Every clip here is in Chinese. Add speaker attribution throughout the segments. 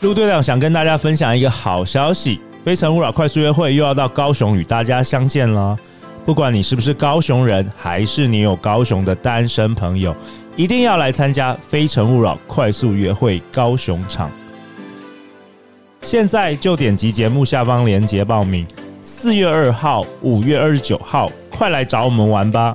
Speaker 1: 陆队长想跟大家分享一个好消息，《非诚勿扰》快速约会又要到高雄与大家相见了。不管你是不是高雄人，还是你有高雄的单身朋友，一定要来参加《非诚勿扰》快速约会高雄场。现在就点击节目下方链接报名。四月二号、五月二十九号，快来找我们玩吧！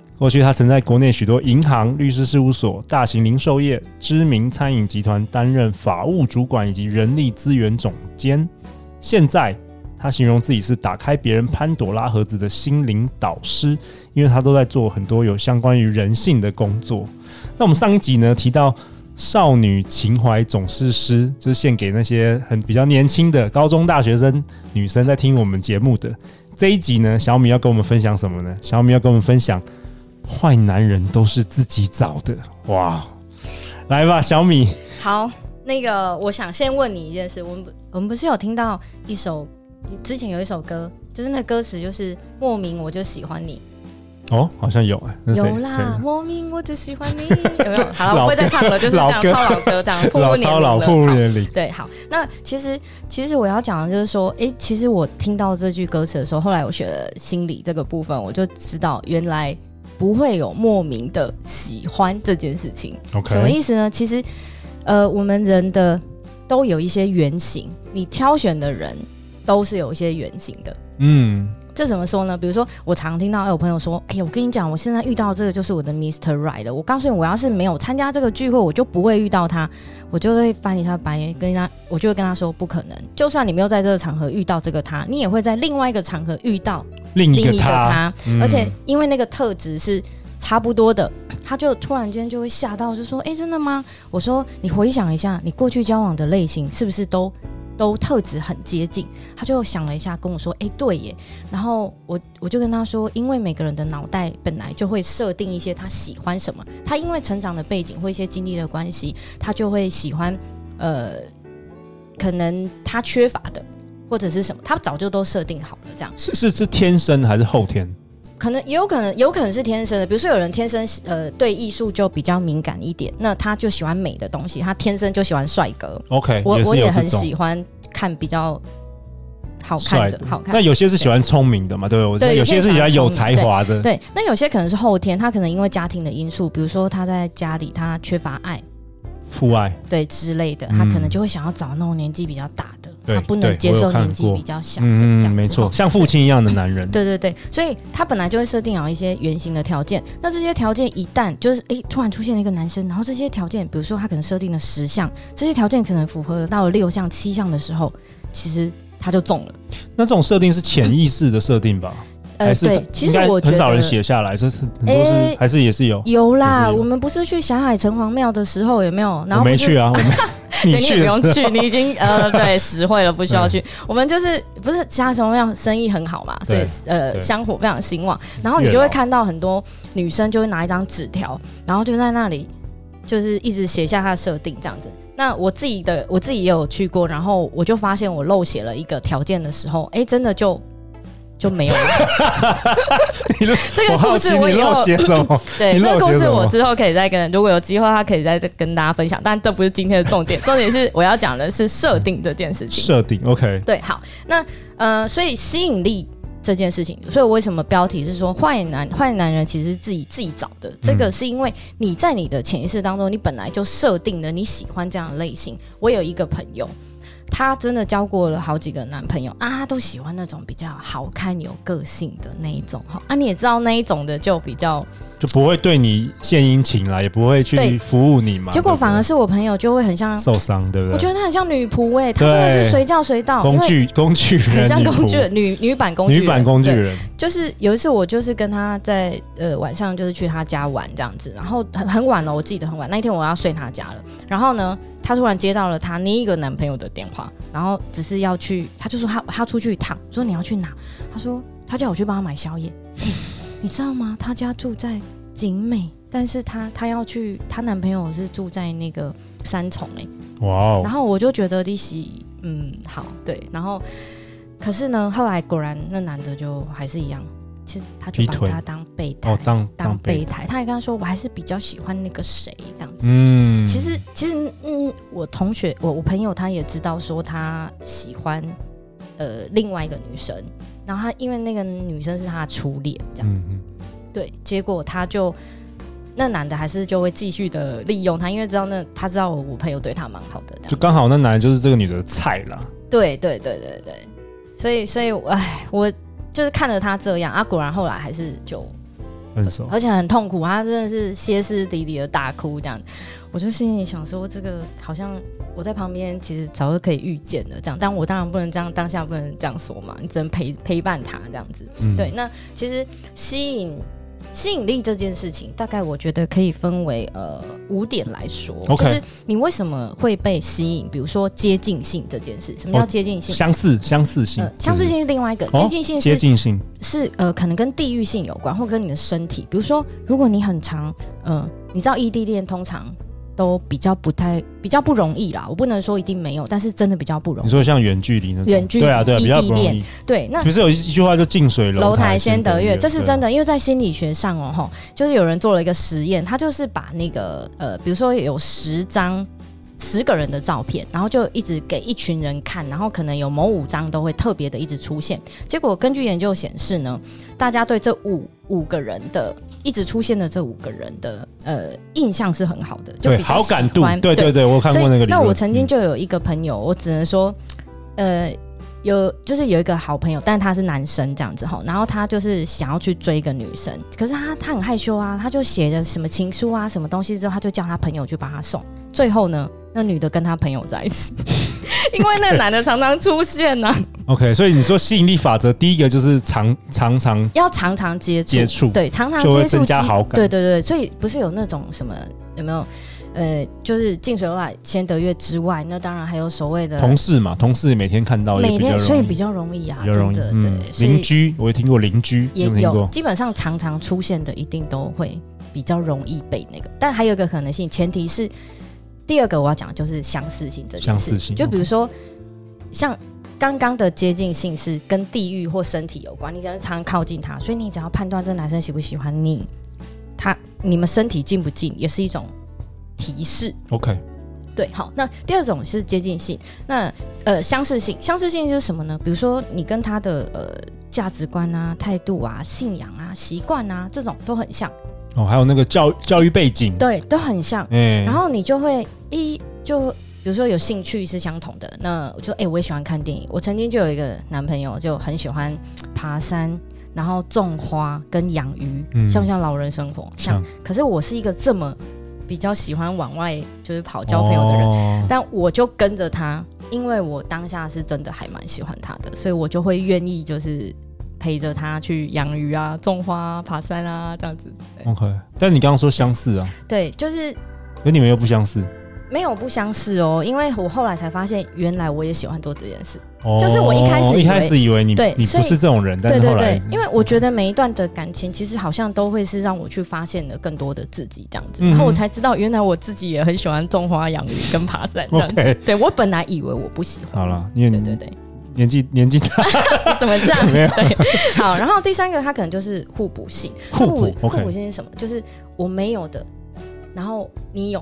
Speaker 1: 过去他曾在国内许多银行、律师事务所、大型零售业、知名餐饮集团担任法务主管以及人力资源总监。现在，他形容自己是打开别人潘朵拉盒子的心灵导师，因为他都在做很多有相关于人性的工作。那我们上一集呢提到。少女情怀总是诗，就是献给那些很比较年轻的高中大学生女生在听我们节目的。这一集呢，小米要跟我们分享什么呢？小米要跟我们分享呃坏男人都是自己找的，哇！来吧，小米，
Speaker 2: 好，那个我想先问你一件事，我们不我们不是有听到一首之前有一首歌，就是那歌词就是莫名我就喜欢你，
Speaker 1: 哦，好像有哎、那谁
Speaker 2: 有
Speaker 1: 谁
Speaker 2: 啦，莫名我就喜欢 你，有没有？好了，
Speaker 1: 老
Speaker 2: 我不会再唱了，就是这样
Speaker 1: 老歌
Speaker 2: 超老歌 这样，步
Speaker 1: 老
Speaker 2: 入年
Speaker 1: 超
Speaker 2: 龄
Speaker 1: 老
Speaker 2: 了。
Speaker 1: 妇
Speaker 2: 好
Speaker 1: 年龄，
Speaker 2: 对，好，那其实其实我要讲的就是说，诶，其实我听到这句歌词的时候，后来我学了心理这个部分，我就知道原来不会有莫名的喜欢这件事情。
Speaker 1: OK
Speaker 2: 什么意思呢？其实，呃，我们人的都有一些原型，你挑选的人都是有一些原型的。
Speaker 1: 嗯，
Speaker 2: 这怎么说呢？比如说，我常听到哎，我朋友说，哎呀，我跟你讲，我现在遇到这个就是我的 Mr. Right 了。我告诉你，我要是没有参加这个聚会，我就不会遇到他，我就会翻一下白眼，跟他，我就会跟他说，不可能。就算你没有在这个场合遇到这个他，你也会在另外一个场合遇到
Speaker 1: 另一
Speaker 2: 另
Speaker 1: 个
Speaker 2: 一个
Speaker 1: 他，
Speaker 2: 他，
Speaker 1: 嗯
Speaker 2: 而且因为那个特质是差不多的，他就突然间就会吓到，就说：“哎、真的吗？”我说：“你回想一下，你过去交往的类型是不是都都特质很接近？”他就想了一下，跟我说：“哎、对耶。”然后我我就跟他说：“因为每个人的脑袋本来就会设定一些他喜欢什么，他因为成长的背景或一些经历的关系，他就会喜欢呃，可能他缺乏的。”或者是什么，他早就都设定好了这样。
Speaker 1: 是是是天生还是后天？
Speaker 2: 可能也有可能，有可能是天生的。比如说，有人天生呃对艺术就比较敏感一点，那他就喜欢美的东西，他天生就喜欢帅哥。
Speaker 1: OK，
Speaker 2: 我
Speaker 1: 也
Speaker 2: 我
Speaker 1: 是
Speaker 2: 也
Speaker 1: 有这
Speaker 2: 很
Speaker 1: 种
Speaker 2: 喜欢看比较好
Speaker 1: 帅
Speaker 2: 看的，好看
Speaker 1: 那
Speaker 2: 的。
Speaker 1: 有些是喜欢聪明的嘛，对不
Speaker 2: 对
Speaker 1: 有
Speaker 2: 有
Speaker 1: 些
Speaker 2: 些
Speaker 1: 是喜欢有
Speaker 2: 喜欢聪
Speaker 1: 才
Speaker 2: 明
Speaker 1: 华的，
Speaker 2: 对，那有些可能是后天，他可能因为家庭的因素，比如说他在家里他缺乏爱，
Speaker 1: 父爱。
Speaker 2: 对之类的，
Speaker 1: 嗯
Speaker 2: 他可能就会想要找那种年纪比较大的，
Speaker 1: 对
Speaker 2: 他不
Speaker 1: 对
Speaker 2: 能接
Speaker 1: 我有
Speaker 2: 受
Speaker 1: 看
Speaker 2: 年纪
Speaker 1: 过
Speaker 2: 比较小的，这样
Speaker 1: 嗯，
Speaker 2: 子
Speaker 1: 没错，
Speaker 2: 哈
Speaker 1: 像父亲一样的男人。
Speaker 2: 对对对，所以他本来就会设定好一些原型的条件。那这些条件一旦就是诶突然出现了一个男生，然后这些条件，比如说他可能设定了十项，这些条件可能符合到了六项、七项的时候，其实他就中了。
Speaker 1: 那这种设定是潜意识的设定吧？还
Speaker 2: 呃，
Speaker 1: 哎是
Speaker 2: 对，其实
Speaker 1: 应该
Speaker 2: 我觉
Speaker 1: 很少人
Speaker 2: 得
Speaker 1: 写下来，这是很多是
Speaker 2: 哎
Speaker 1: 还是也是有。
Speaker 2: 有
Speaker 1: 还
Speaker 2: 啦。
Speaker 1: 是有
Speaker 2: 我们不是去霞海城隍庙的时候有没有？然
Speaker 1: 我
Speaker 2: 后
Speaker 1: 没
Speaker 2: 不是
Speaker 1: 去啊，我 没
Speaker 2: 对
Speaker 1: 你
Speaker 2: 你也
Speaker 1: 去
Speaker 2: 不
Speaker 1: 的
Speaker 2: 用
Speaker 1: 时候
Speaker 2: 去，你已经呃对实惠了，不 需要去。我们就是不是其他什么样生意很好嘛，所以
Speaker 1: 对
Speaker 2: 呃
Speaker 1: 对
Speaker 2: 香火非常兴旺。然后你
Speaker 1: 月
Speaker 2: 就
Speaker 1: 老
Speaker 2: 会看到很多女生就会拿一张纸条，然后就在那里就是一直写下她的设定这样子。那我自己的我自己也有去过，然后我就发现我漏写了一个条件的时候，哎、真的就就没 有了。
Speaker 1: 你漏
Speaker 2: 这个
Speaker 1: 我好
Speaker 2: 故
Speaker 1: 奇
Speaker 2: 事我
Speaker 1: 你
Speaker 2: 以后
Speaker 1: 漏写什 么？
Speaker 2: 对，
Speaker 1: 你
Speaker 2: 这
Speaker 1: 漏
Speaker 2: 个故
Speaker 1: 写什
Speaker 2: 事我
Speaker 1: 么
Speaker 2: 之后可以再跟，如果有机会，他可以再跟大家分享。但这不是今天的重点，重点是我要讲的是设定这件事情。
Speaker 1: 设定 OK，
Speaker 2: 对，好，那呃，所以吸引力这件事情，所以我为什么标题是说坏男坏男人其实是自己自己找
Speaker 1: 嗯
Speaker 2: 的？这个是因为你在你的潜意识当中，你本来就设定了你喜欢这样的类型。我有一个朋友。她真的交过了好几个男朋友啊，她都喜欢那种比较好看、有个性的那一种哈啊，你也知道那一种的就比较
Speaker 1: 就不会对你献殷勤啦，也不会去
Speaker 2: 对
Speaker 1: 服务你嘛。
Speaker 2: 结果反而
Speaker 1: 是
Speaker 2: 是我朋友就会很像，
Speaker 1: 受伤，对不
Speaker 2: 我觉
Speaker 1: 对？
Speaker 2: 得她很像女仆哎、她真的
Speaker 1: 对
Speaker 2: 是随叫随到，
Speaker 1: 工
Speaker 2: 因为
Speaker 1: 具工具人，
Speaker 2: 很像工具
Speaker 1: 女仆
Speaker 2: 人女女版工具人
Speaker 1: 女版工具
Speaker 2: 对
Speaker 1: 人，
Speaker 2: 就是有一次我就是跟他在呃晚上就是去他家玩这样子，然后很很晚了，我记得很晚，那一天我要睡他家了，然后呢，他突然接到了他另一个男朋友的电话，然后只是要去，他就说他他出去一趟，说你要去哪？他说他叫我去帮他买宵夜，哎你知道吗？他家住在景美，但是他他要去，她男朋友是住在那个三重哎、
Speaker 1: 哇哦
Speaker 2: 然，后我就觉得利息，嗯，好，对。然后，可是呢，后来果然那男的就还是一样，其实他就
Speaker 1: 劈
Speaker 2: 把
Speaker 1: 腿
Speaker 2: 他当备胎，
Speaker 1: 哦，当
Speaker 2: 当
Speaker 1: 当
Speaker 2: 备
Speaker 1: 备，
Speaker 2: 胎。他也跟他说，我还是比较喜欢那个谁这样子。
Speaker 1: 嗯，
Speaker 2: 其实，其实，嗯，我同学，我我朋友他也知道说他喜欢呃另外一个女生，然后他因为那个女生是他的初恋，这样。
Speaker 1: 嗯嗯，
Speaker 2: 对，结果他就那男的还是就会继续的利用他，因为知道那他知道我我朋友对他蛮好的，
Speaker 1: 就
Speaker 2: 这样。
Speaker 1: 刚好那男的就是这个女的菜啦，
Speaker 2: 对对对对对，所以所以哎，我就是看着他这样啊，果然后来还是就，呃
Speaker 1: 分手。
Speaker 2: 而且很痛苦，他真的是歇斯底里的大哭这样。我就心里想说，这个好像我在旁边，其实早就可以预见的这样，但我当然不能这样，当下不能这样说嘛，你只能陪陪伴他这样子。
Speaker 1: 嗯，
Speaker 2: 对，，那其实吸引吸引力这件事情，大概我觉得可以分为呃五点来说
Speaker 1: OK
Speaker 2: 就是你为什么会被吸引？比如说接近性这件事，什么叫
Speaker 1: 哦
Speaker 2: 接近性？
Speaker 1: 相似相似性
Speaker 2: 呃，，相似性是另外一个，
Speaker 1: 哦
Speaker 2: 接近
Speaker 1: 是不
Speaker 2: 性
Speaker 1: 是接
Speaker 2: 是
Speaker 1: 近性，
Speaker 2: 是呃，可能跟地域性有关，或跟你的身体。比如说，如果你很长，呃，你知道异地恋通常都比较不太比较不容易啦，我不能说一定没有，但是真的比较不容
Speaker 1: 你
Speaker 2: 易。
Speaker 1: 说像远距离那种，
Speaker 2: 远距离
Speaker 1: 对啊对啊，
Speaker 2: 异
Speaker 1: 比
Speaker 2: 地
Speaker 1: 较不容
Speaker 2: 恋
Speaker 1: 易。
Speaker 2: 对，那
Speaker 1: 不是有一一句话叫“近水
Speaker 2: 楼台
Speaker 1: 台
Speaker 2: 先得
Speaker 1: 得啊
Speaker 2: 月，这是真
Speaker 1: 的。
Speaker 2: 的，因为在心理学上哦，吼，就是有人做了一个实验，他就是把那个呃，比如说有十张。十个人的照片，然后就一直给一群人看，然后可能有某五张都会特别的一直出现。结果根据研究显示呢，大家对这五五个人的一直出现的这五个人的呃印象是很好的，就
Speaker 1: 对，
Speaker 2: 比较
Speaker 1: 好感
Speaker 2: 喜
Speaker 1: 度
Speaker 2: 欢，
Speaker 1: 对对对，我看
Speaker 2: 所以
Speaker 1: 过那个理论。
Speaker 2: 我曾经
Speaker 1: 嗯
Speaker 2: 就有一个朋友，我只能说，呃，有就是有一个好朋友，但他是男生这样子吼，然后他就是想要去追一个女生，可是他他很害羞啊，他就写了什么情书啊，什么东西之后，他就叫他朋友去帮他送，最后呢，那女的跟他朋友在一起， 因为那男的常常出现啊呢、
Speaker 1: 嗯 OK，所以你说吸引力法则，第一个就是常常常
Speaker 2: 要常常接触，
Speaker 1: 接触
Speaker 2: 对，常常
Speaker 1: 就会
Speaker 2: 接触
Speaker 1: 增加
Speaker 2: 机
Speaker 1: 好感
Speaker 2: 对对对，所以不是有那种什么有没有？呃，就是近水楼台先得月之外，那当然还有所谓的
Speaker 1: 同事嘛，同事每天看哦到也
Speaker 2: 每
Speaker 1: 比较
Speaker 2: 天，所以
Speaker 1: 容
Speaker 2: 比
Speaker 1: 易，
Speaker 2: 较容易啊，
Speaker 1: 比较容易。
Speaker 2: 真的、
Speaker 1: 嗯
Speaker 2: 对，，所
Speaker 1: 邻
Speaker 2: 以
Speaker 1: 居我也听过邻居，
Speaker 2: 也
Speaker 1: 有没有听
Speaker 2: 有，
Speaker 1: 过？
Speaker 2: 基本上常常出现的一定都会比较容易被那个，但还有一个可能性，前提是第二个我要讲的就是相似性这件
Speaker 1: 相似
Speaker 2: 事情，
Speaker 1: 性
Speaker 2: 就比如
Speaker 1: OK
Speaker 2: 说像。刚刚的接近性是跟地域或身体有关，你只要常靠近他，所以你只要判断这男生喜不喜欢你，他你们身体近不近也是一种提示。
Speaker 1: OK，
Speaker 2: 对，好，那第二种是接近性，那呃相似性，相似性就是什么呢？比如说你跟他的呃价值观啊、态度啊、信仰啊、习惯啊这种都很像，
Speaker 1: 哦，还有那个教教育背景，
Speaker 2: 对，都很像，
Speaker 1: 哎
Speaker 2: 然后你就会一就。比如说有兴趣是相同的，那我就哎、诶我也喜欢看电影。我曾经就有一个男朋友就很喜欢爬山，然后种花跟养鱼，
Speaker 1: 嗯
Speaker 2: 像不像老人生活？像
Speaker 1: 像。
Speaker 2: 可是我是一个这么比较喜欢往外就是跑交朋友的人，
Speaker 1: 人，
Speaker 2: 但我就跟着他，因为我当下是真的还蛮喜欢他的，所以我就会愿意就是陪着他去养鱼啊、种花、啊、爬山啊这样子。对
Speaker 1: OK，但你刚刚说相似啊，
Speaker 2: 对，就是
Speaker 1: 可你们又不相似，
Speaker 2: 没有不相似哦，因为我后来才发现，原来我也喜欢做这件事。
Speaker 1: 哦
Speaker 2: 就是我一开始以为
Speaker 1: 一开始以为你
Speaker 2: 对
Speaker 1: 你
Speaker 2: 所
Speaker 1: 不
Speaker 2: 以
Speaker 1: 是这种人，但
Speaker 2: 对
Speaker 1: 是
Speaker 2: 对
Speaker 1: 后来嗯
Speaker 2: 对，因为我觉得每一段的感情，其实好像都会是让我去发现了更多的自己这样子，
Speaker 1: 嗯哼
Speaker 2: 然后我才知道，原来我自己也很喜欢种花、养鱼跟爬山这样子。
Speaker 1: OK
Speaker 2: 对我本来以为我不喜欢。
Speaker 1: 好嗯了，因为
Speaker 2: 对
Speaker 1: 你
Speaker 2: 对对。
Speaker 1: 年纪年纪大，
Speaker 2: 怎么这样？
Speaker 1: 没有
Speaker 2: 对，好，然后第三个它可能就是互补性，
Speaker 1: 互补
Speaker 2: 互
Speaker 1: OK
Speaker 2: 补性是什么？就是我没有的，然后你有，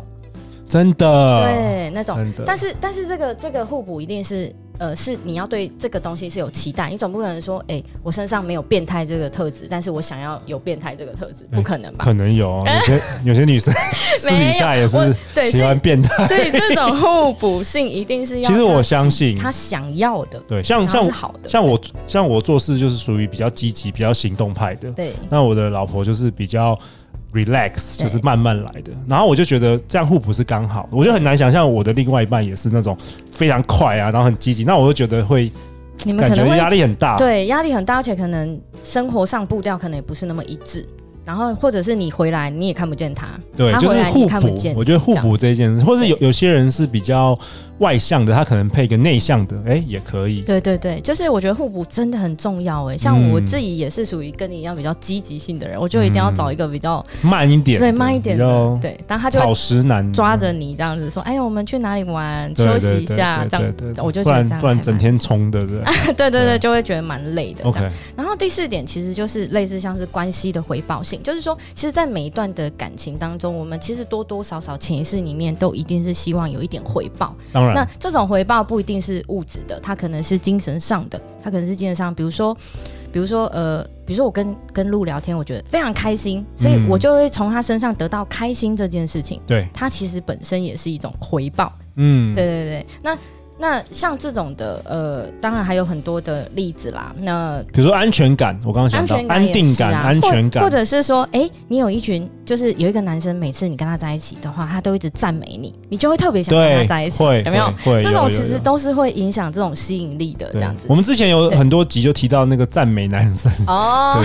Speaker 1: 真的，
Speaker 2: 对那种。
Speaker 1: 啊真的，
Speaker 2: 但是但是这个这个互补一定是呃是你要对这个东西是有期待，你总不可能说，哎、我身上没有变态这个特质，但是我想要有变态这个特质，不可能吧？
Speaker 1: 可能 有有些有些女生哎私底下也
Speaker 2: 我
Speaker 1: 是
Speaker 2: 对，
Speaker 1: 喜
Speaker 2: 所
Speaker 1: 欢
Speaker 2: 以
Speaker 1: 变态。
Speaker 2: 所以这种互补性一定是要
Speaker 1: 其实我
Speaker 2: 他
Speaker 1: 相信
Speaker 2: 他想要的，
Speaker 1: 对，像
Speaker 2: 然后
Speaker 1: 像
Speaker 2: 是
Speaker 1: 我
Speaker 2: 好的，
Speaker 1: 像我像我做事就是属于比较积极、比较行动派的。
Speaker 2: 对
Speaker 1: 那我的老婆就是比较 relax，
Speaker 2: 对
Speaker 1: 就是慢慢来的。然后我就觉得这样互补是刚好，我就很难想象我的另外一半也是那种非常快啊，然后很积极。那我就觉得会
Speaker 2: 你们
Speaker 1: 感
Speaker 2: 可
Speaker 1: 觉
Speaker 2: 能会
Speaker 1: 压力很大。，
Speaker 2: 对，压力很大，而且可能生活上步调可能也不是那么一致。然后或者是你回来你也看不见他，
Speaker 1: 对，
Speaker 2: 他
Speaker 1: 就
Speaker 2: 回
Speaker 1: 是
Speaker 2: 来
Speaker 1: 互
Speaker 2: 你看不
Speaker 1: 补
Speaker 2: 见。
Speaker 1: 我觉得互
Speaker 2: 这
Speaker 1: 补这一件事，或是有
Speaker 2: 对
Speaker 1: 有些人是比较外向的，他可能配一个内向的，哎、也可以。
Speaker 2: 对对对，就是我觉得互补真的很重要哎。像我
Speaker 1: 嗯
Speaker 2: 自己也是属于跟你一样比较积极性的人，我就一定要找一个比较、
Speaker 1: 慢一嗯点的，
Speaker 2: 对慢一点
Speaker 1: 比较
Speaker 2: 的，对，但他就
Speaker 1: 草
Speaker 2: 会
Speaker 1: 食男
Speaker 2: 抓着你这样子说，哎呀，我们去哪里玩，
Speaker 1: 对
Speaker 2: 休
Speaker 1: 对
Speaker 2: 息一
Speaker 1: 对
Speaker 2: 下，
Speaker 1: 对
Speaker 2: 这
Speaker 1: 对对
Speaker 2: 样
Speaker 1: 对
Speaker 2: 我就
Speaker 1: 不
Speaker 2: 觉得
Speaker 1: 然
Speaker 2: 这样
Speaker 1: 不然
Speaker 2: 还
Speaker 1: 整
Speaker 2: 蛮
Speaker 1: 天冲 的，对不对
Speaker 2: 对 对
Speaker 1: 对
Speaker 2: 对，就会觉得蛮累的这样。
Speaker 1: ？OK，
Speaker 2: 然后第四点其实就是类似像是关系的回报性，就是说，其实，在每一段的感情当中，我们其实多多少少潜意识里面都一定是希望有一点回报。
Speaker 1: 当
Speaker 2: 那
Speaker 1: 然，
Speaker 2: 这种回报不一定是物质的，它可能是精神上的，它可能是精神上，比如说，比如说呃，比如说我跟跟鹿聊天，我觉得非常开心，所以
Speaker 1: 嗯
Speaker 2: 我就会从他身上得到开心这件事情。
Speaker 1: 对，
Speaker 2: 它其实本身也是一种回报。
Speaker 1: 嗯，
Speaker 2: 对对对，那。那像这种的，呃，当然还有很多的例子啦。那
Speaker 1: 比如说安全感，我刚刚想
Speaker 2: 安
Speaker 1: 到
Speaker 2: 全感
Speaker 1: 安
Speaker 2: 也
Speaker 1: 定
Speaker 2: 是
Speaker 1: 感、
Speaker 2: 啊
Speaker 1: 安
Speaker 2: 或
Speaker 1: 全感，
Speaker 2: 或者是说，哎、你有一群，就是有一个男生，每次你跟他在一起的话，他都一直赞美你，你就会特别想跟他
Speaker 1: 对，
Speaker 2: 在一起，
Speaker 1: 会
Speaker 2: 有没有？？
Speaker 1: 会会有
Speaker 2: 这种
Speaker 1: 有
Speaker 2: 其实
Speaker 1: 有
Speaker 2: 都是会影响这种吸引力的，这
Speaker 1: 对
Speaker 2: 样子
Speaker 1: 我。们之前有
Speaker 2: 对
Speaker 1: 很多集就提到那个赞美男生，
Speaker 2: 哦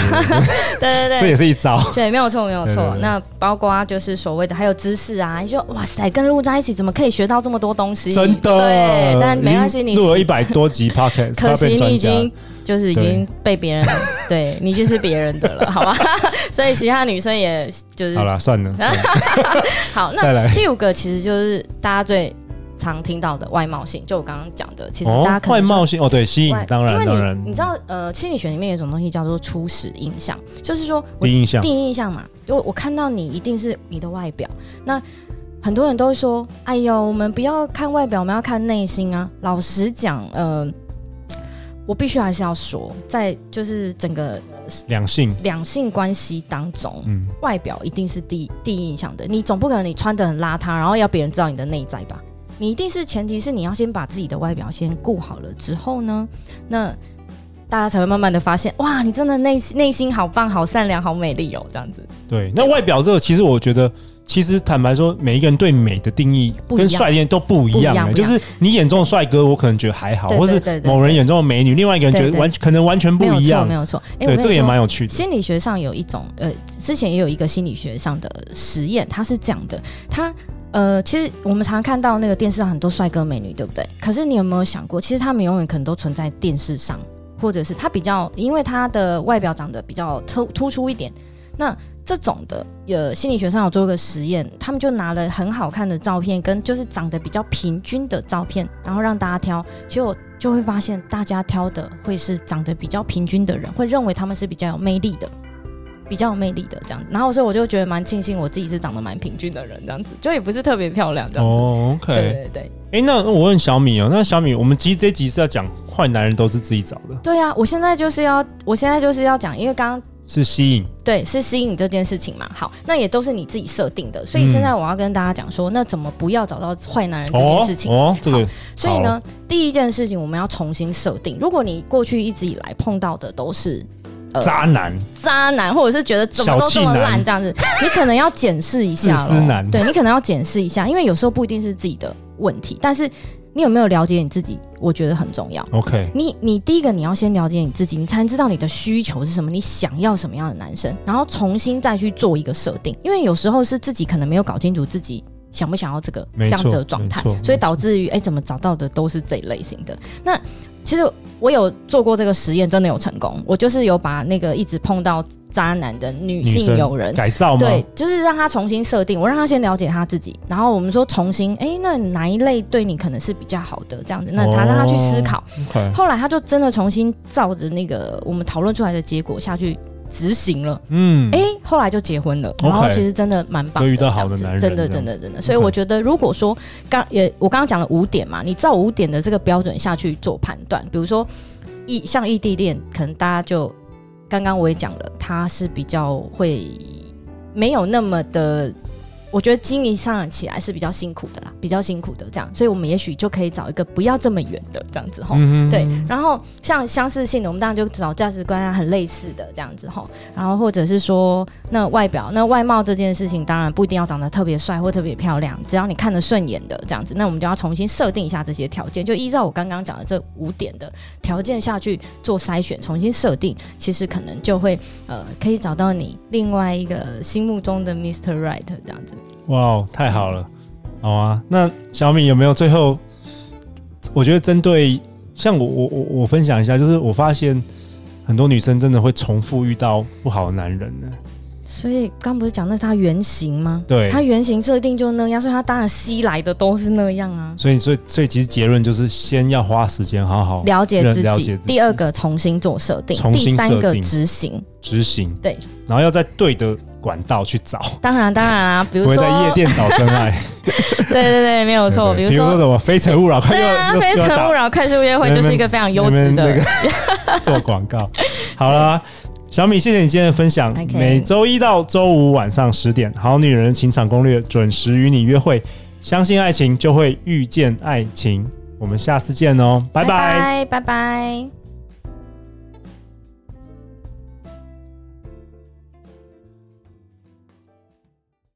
Speaker 1: 对，对 对，
Speaker 2: 对对
Speaker 1: 这也
Speaker 2: 对。
Speaker 1: 是一招。
Speaker 2: 对，没有错，没有
Speaker 1: 对对
Speaker 2: 错
Speaker 1: 对。
Speaker 2: 那包括就是所谓的还有知识啊，你就哇塞，跟鹿在一起怎么可以学到这么多东西？
Speaker 1: 真的，
Speaker 2: 对，但没关系，
Speaker 1: 已经
Speaker 2: 你
Speaker 1: 录了一百多 集 podcast，
Speaker 2: 可惜
Speaker 1: 他
Speaker 2: 你
Speaker 1: 变
Speaker 2: 已
Speaker 1: 专
Speaker 2: 经
Speaker 1: 家
Speaker 2: 就是已经被别人，对你已经是别人的了，好吧？ 所以其他女生也就是
Speaker 1: 好了，算了，算了
Speaker 2: 好，
Speaker 1: 再
Speaker 2: 那
Speaker 1: 来
Speaker 2: 第五个其实就是大家最常听到的外貌性，就我刚刚讲的，其实大家
Speaker 1: 哦，
Speaker 2: 可能
Speaker 1: 外
Speaker 2: 就
Speaker 1: 貌性哦，对，吸引
Speaker 2: 外，
Speaker 1: 当然
Speaker 2: 因为
Speaker 1: 当
Speaker 2: 你
Speaker 1: 然，
Speaker 2: 你知道呃，心理学里面有一种东西叫做初始印象，就是说我
Speaker 1: 第一印象
Speaker 2: 第一印象嘛，就我看到你一定是你的外表。那很多人都会说，哎呦，我们不要看外表，我们要看内心啊。老实讲，呃。我必须还是要说，在就是整个
Speaker 1: 两性，
Speaker 2: 两性关系当中，
Speaker 1: 嗯，
Speaker 2: 外表一定是第一第一印象的，你总不可能你穿的很邋遢，然后要别人知道你的内在吧？你一定是前提是你要先把自己的外表先顾好了之后呢，那大家才会慢慢的发现，哇，你真的内心内心好棒、好善良、好美丽哦，这样子。
Speaker 1: 对。那外表这个，其实我觉得。其实坦白说，每一个人对美的定义
Speaker 2: 不一
Speaker 1: 跟
Speaker 2: 样
Speaker 1: 帅一点都不一
Speaker 2: 不一
Speaker 1: 样、
Speaker 2: 样
Speaker 1: 欸，
Speaker 2: 不
Speaker 1: 就
Speaker 2: 一样
Speaker 1: 是你眼中的帅哥，我可能觉得还好，
Speaker 2: 对
Speaker 1: 或是
Speaker 2: 对对对
Speaker 1: 某人眼中的美女，另外一个人觉
Speaker 2: 对
Speaker 1: 得
Speaker 2: 对
Speaker 1: 完可能完全不
Speaker 2: 没有
Speaker 1: 一
Speaker 2: 错，
Speaker 1: 样
Speaker 2: 没。有错。哎、
Speaker 1: 对，
Speaker 2: 我
Speaker 1: 这
Speaker 2: 跟
Speaker 1: 个
Speaker 2: 你
Speaker 1: 也蛮
Speaker 2: 说，
Speaker 1: 有趣的。
Speaker 2: 心理学上有一种呃，之前也有一个心理学上的实验，它是这样的，它。呃，其实我们常看到那个电视上很多帅哥美女，对不对？可是你有没有想过，其实他们永远可能都存在电视上，或者是他比较，因为他的外表长得比较突突出一点。那这种的，呃，心理学上有做一个实验，他们就拿了很好看的照片，跟就是长得比较平均的照片，然后让大家挑，结果就会发现大家挑的会是长得比较平均的人，会认为他们是比较有魅力的，比较有魅力的这样子。然后所以我就觉得蛮庆幸我自己是长得蛮平均的人，这样子就也不是特别漂亮这样子。
Speaker 1: 哦，OK，
Speaker 2: 对
Speaker 1: 哎、
Speaker 2: 对对，
Speaker 1: 诶那我问小米哦，那小米，我们其实这集是要讲坏男人都是自己找的，
Speaker 2: 对啊，我现在就是要，我现在就是要讲，因为刚刚
Speaker 1: 是吸引，
Speaker 2: 对，是吸引这件事情嘛？好，那也都是你自己设定的，所以现
Speaker 1: 嗯
Speaker 2: 在我要跟大家讲说，那怎么不要找到坏男人这件事情？
Speaker 1: 哦，这个
Speaker 2: 所以呢，第一件事情我们要重新设定。如果你过去一直以来碰到的都是呃
Speaker 1: 渣男，
Speaker 2: 渣男，或者是觉得怎么都这么烂这样子，你可能要检视一下咯
Speaker 1: 自私男
Speaker 2: 对你可能要检视一下，因为有时候不一定是自己的问题，但是你有没有了解你自己，我觉得很重要。
Speaker 1: OK，
Speaker 2: 你你第一个你要先了解你自己，你才能知道你的需求是什么，你想要什么样的男生，然后重新再去做一个设定，因为有时候是自己可能没有搞清楚自己想不想要这个
Speaker 1: 没
Speaker 2: 这
Speaker 1: 错
Speaker 2: 样子的状态
Speaker 1: 没错，
Speaker 2: 所以导致于哎、怎么找到的都是这一类型的。那其实我有做过这个实验，真的有成功。我就是有把那个一直碰到渣男的女
Speaker 1: 女
Speaker 2: 性
Speaker 1: 生
Speaker 2: 友人，
Speaker 1: 改造吗？
Speaker 2: 对，就是让他重新设定，我让他先了解他自己，然后我们说重新，哎、那哪一类对你可能是比较好的这样子，那他让他去思考。
Speaker 1: OK，
Speaker 2: 后来他就真的重新照着那个我们讨论出来的结果下去执行了，
Speaker 1: 嗯，
Speaker 2: 哎、后来就结婚了。
Speaker 1: OK
Speaker 2: 然后其实真的蛮棒的，
Speaker 1: 就遇到好的男人
Speaker 2: 这样子真的
Speaker 1: 这样
Speaker 2: 真的真的。所以我觉得，如果说刚也我刚刚讲了五点嘛，你照五点的这个标准下去做判断，比如说异像异地恋，可能大家就刚刚我也讲了，他是比较会没有那么的。我觉得经营上起来是比较辛苦的啦，比较辛苦的这样，所以我们也许就可以找一个不要这么远的这样子吼。
Speaker 1: 嗯
Speaker 2: 哦对，然后像相似性的，我们当然就找价值观啊很类似的这样子吼。然后或者是说，那外表、那外貌这件事情，当然不一定要长得特别帅或特别漂亮，只要你看得顺眼的这样子，那我们就要重新设定一下这些条件，就依照我刚刚讲的这五点的条件下去做筛选，重新设定，其实可能就会呃可以找到你另外一个心目中的 Mr. Right 这样子。
Speaker 1: 哇哦，太好了，好啊。那小米有没有最后？我觉得针对像我我我我分享一下，就是我发现很多女生真的会重复遇到不好的男人呢。
Speaker 2: 所以刚不是讲那是他原型吗？
Speaker 1: 对
Speaker 2: 他原型设定就那样，所以他当然吸来的都是那样啊。
Speaker 1: 所以所以所以其实结论就是，先要花时间好好
Speaker 2: 了解自己，
Speaker 1: 哦了解自己
Speaker 2: 第二个重新做设定，
Speaker 1: 重新
Speaker 2: 第三
Speaker 1: 设
Speaker 2: 个
Speaker 1: 定
Speaker 2: 执行。
Speaker 1: 执行，
Speaker 2: 对，
Speaker 1: 然后要在对的管道去找，
Speaker 2: 当然，当然啊，
Speaker 1: 不
Speaker 2: 比如
Speaker 1: 会
Speaker 2: 说，
Speaker 1: 在夜店找真爱。
Speaker 2: 对对对，没有错。
Speaker 1: 对
Speaker 2: 比
Speaker 1: 对
Speaker 2: 如
Speaker 1: 比如说
Speaker 2: 说，
Speaker 1: 什么《非诚勿扰》，快
Speaker 2: 对
Speaker 1: 又
Speaker 2: 啊，
Speaker 1: 又
Speaker 2: 《非
Speaker 1: 又打
Speaker 2: 诚勿扰》快速约会就是一个非常优质
Speaker 1: 你
Speaker 2: 的
Speaker 1: 们。那个 做广告。好啦，小米，谢谢你今天的分享。
Speaker 2: OK
Speaker 1: 每周一到周五晚上十点，《好女人的情场攻略》准时与你约会。相信爱情，就会遇见爱情。我们下次见哦，拜拜
Speaker 2: 拜拜。拜拜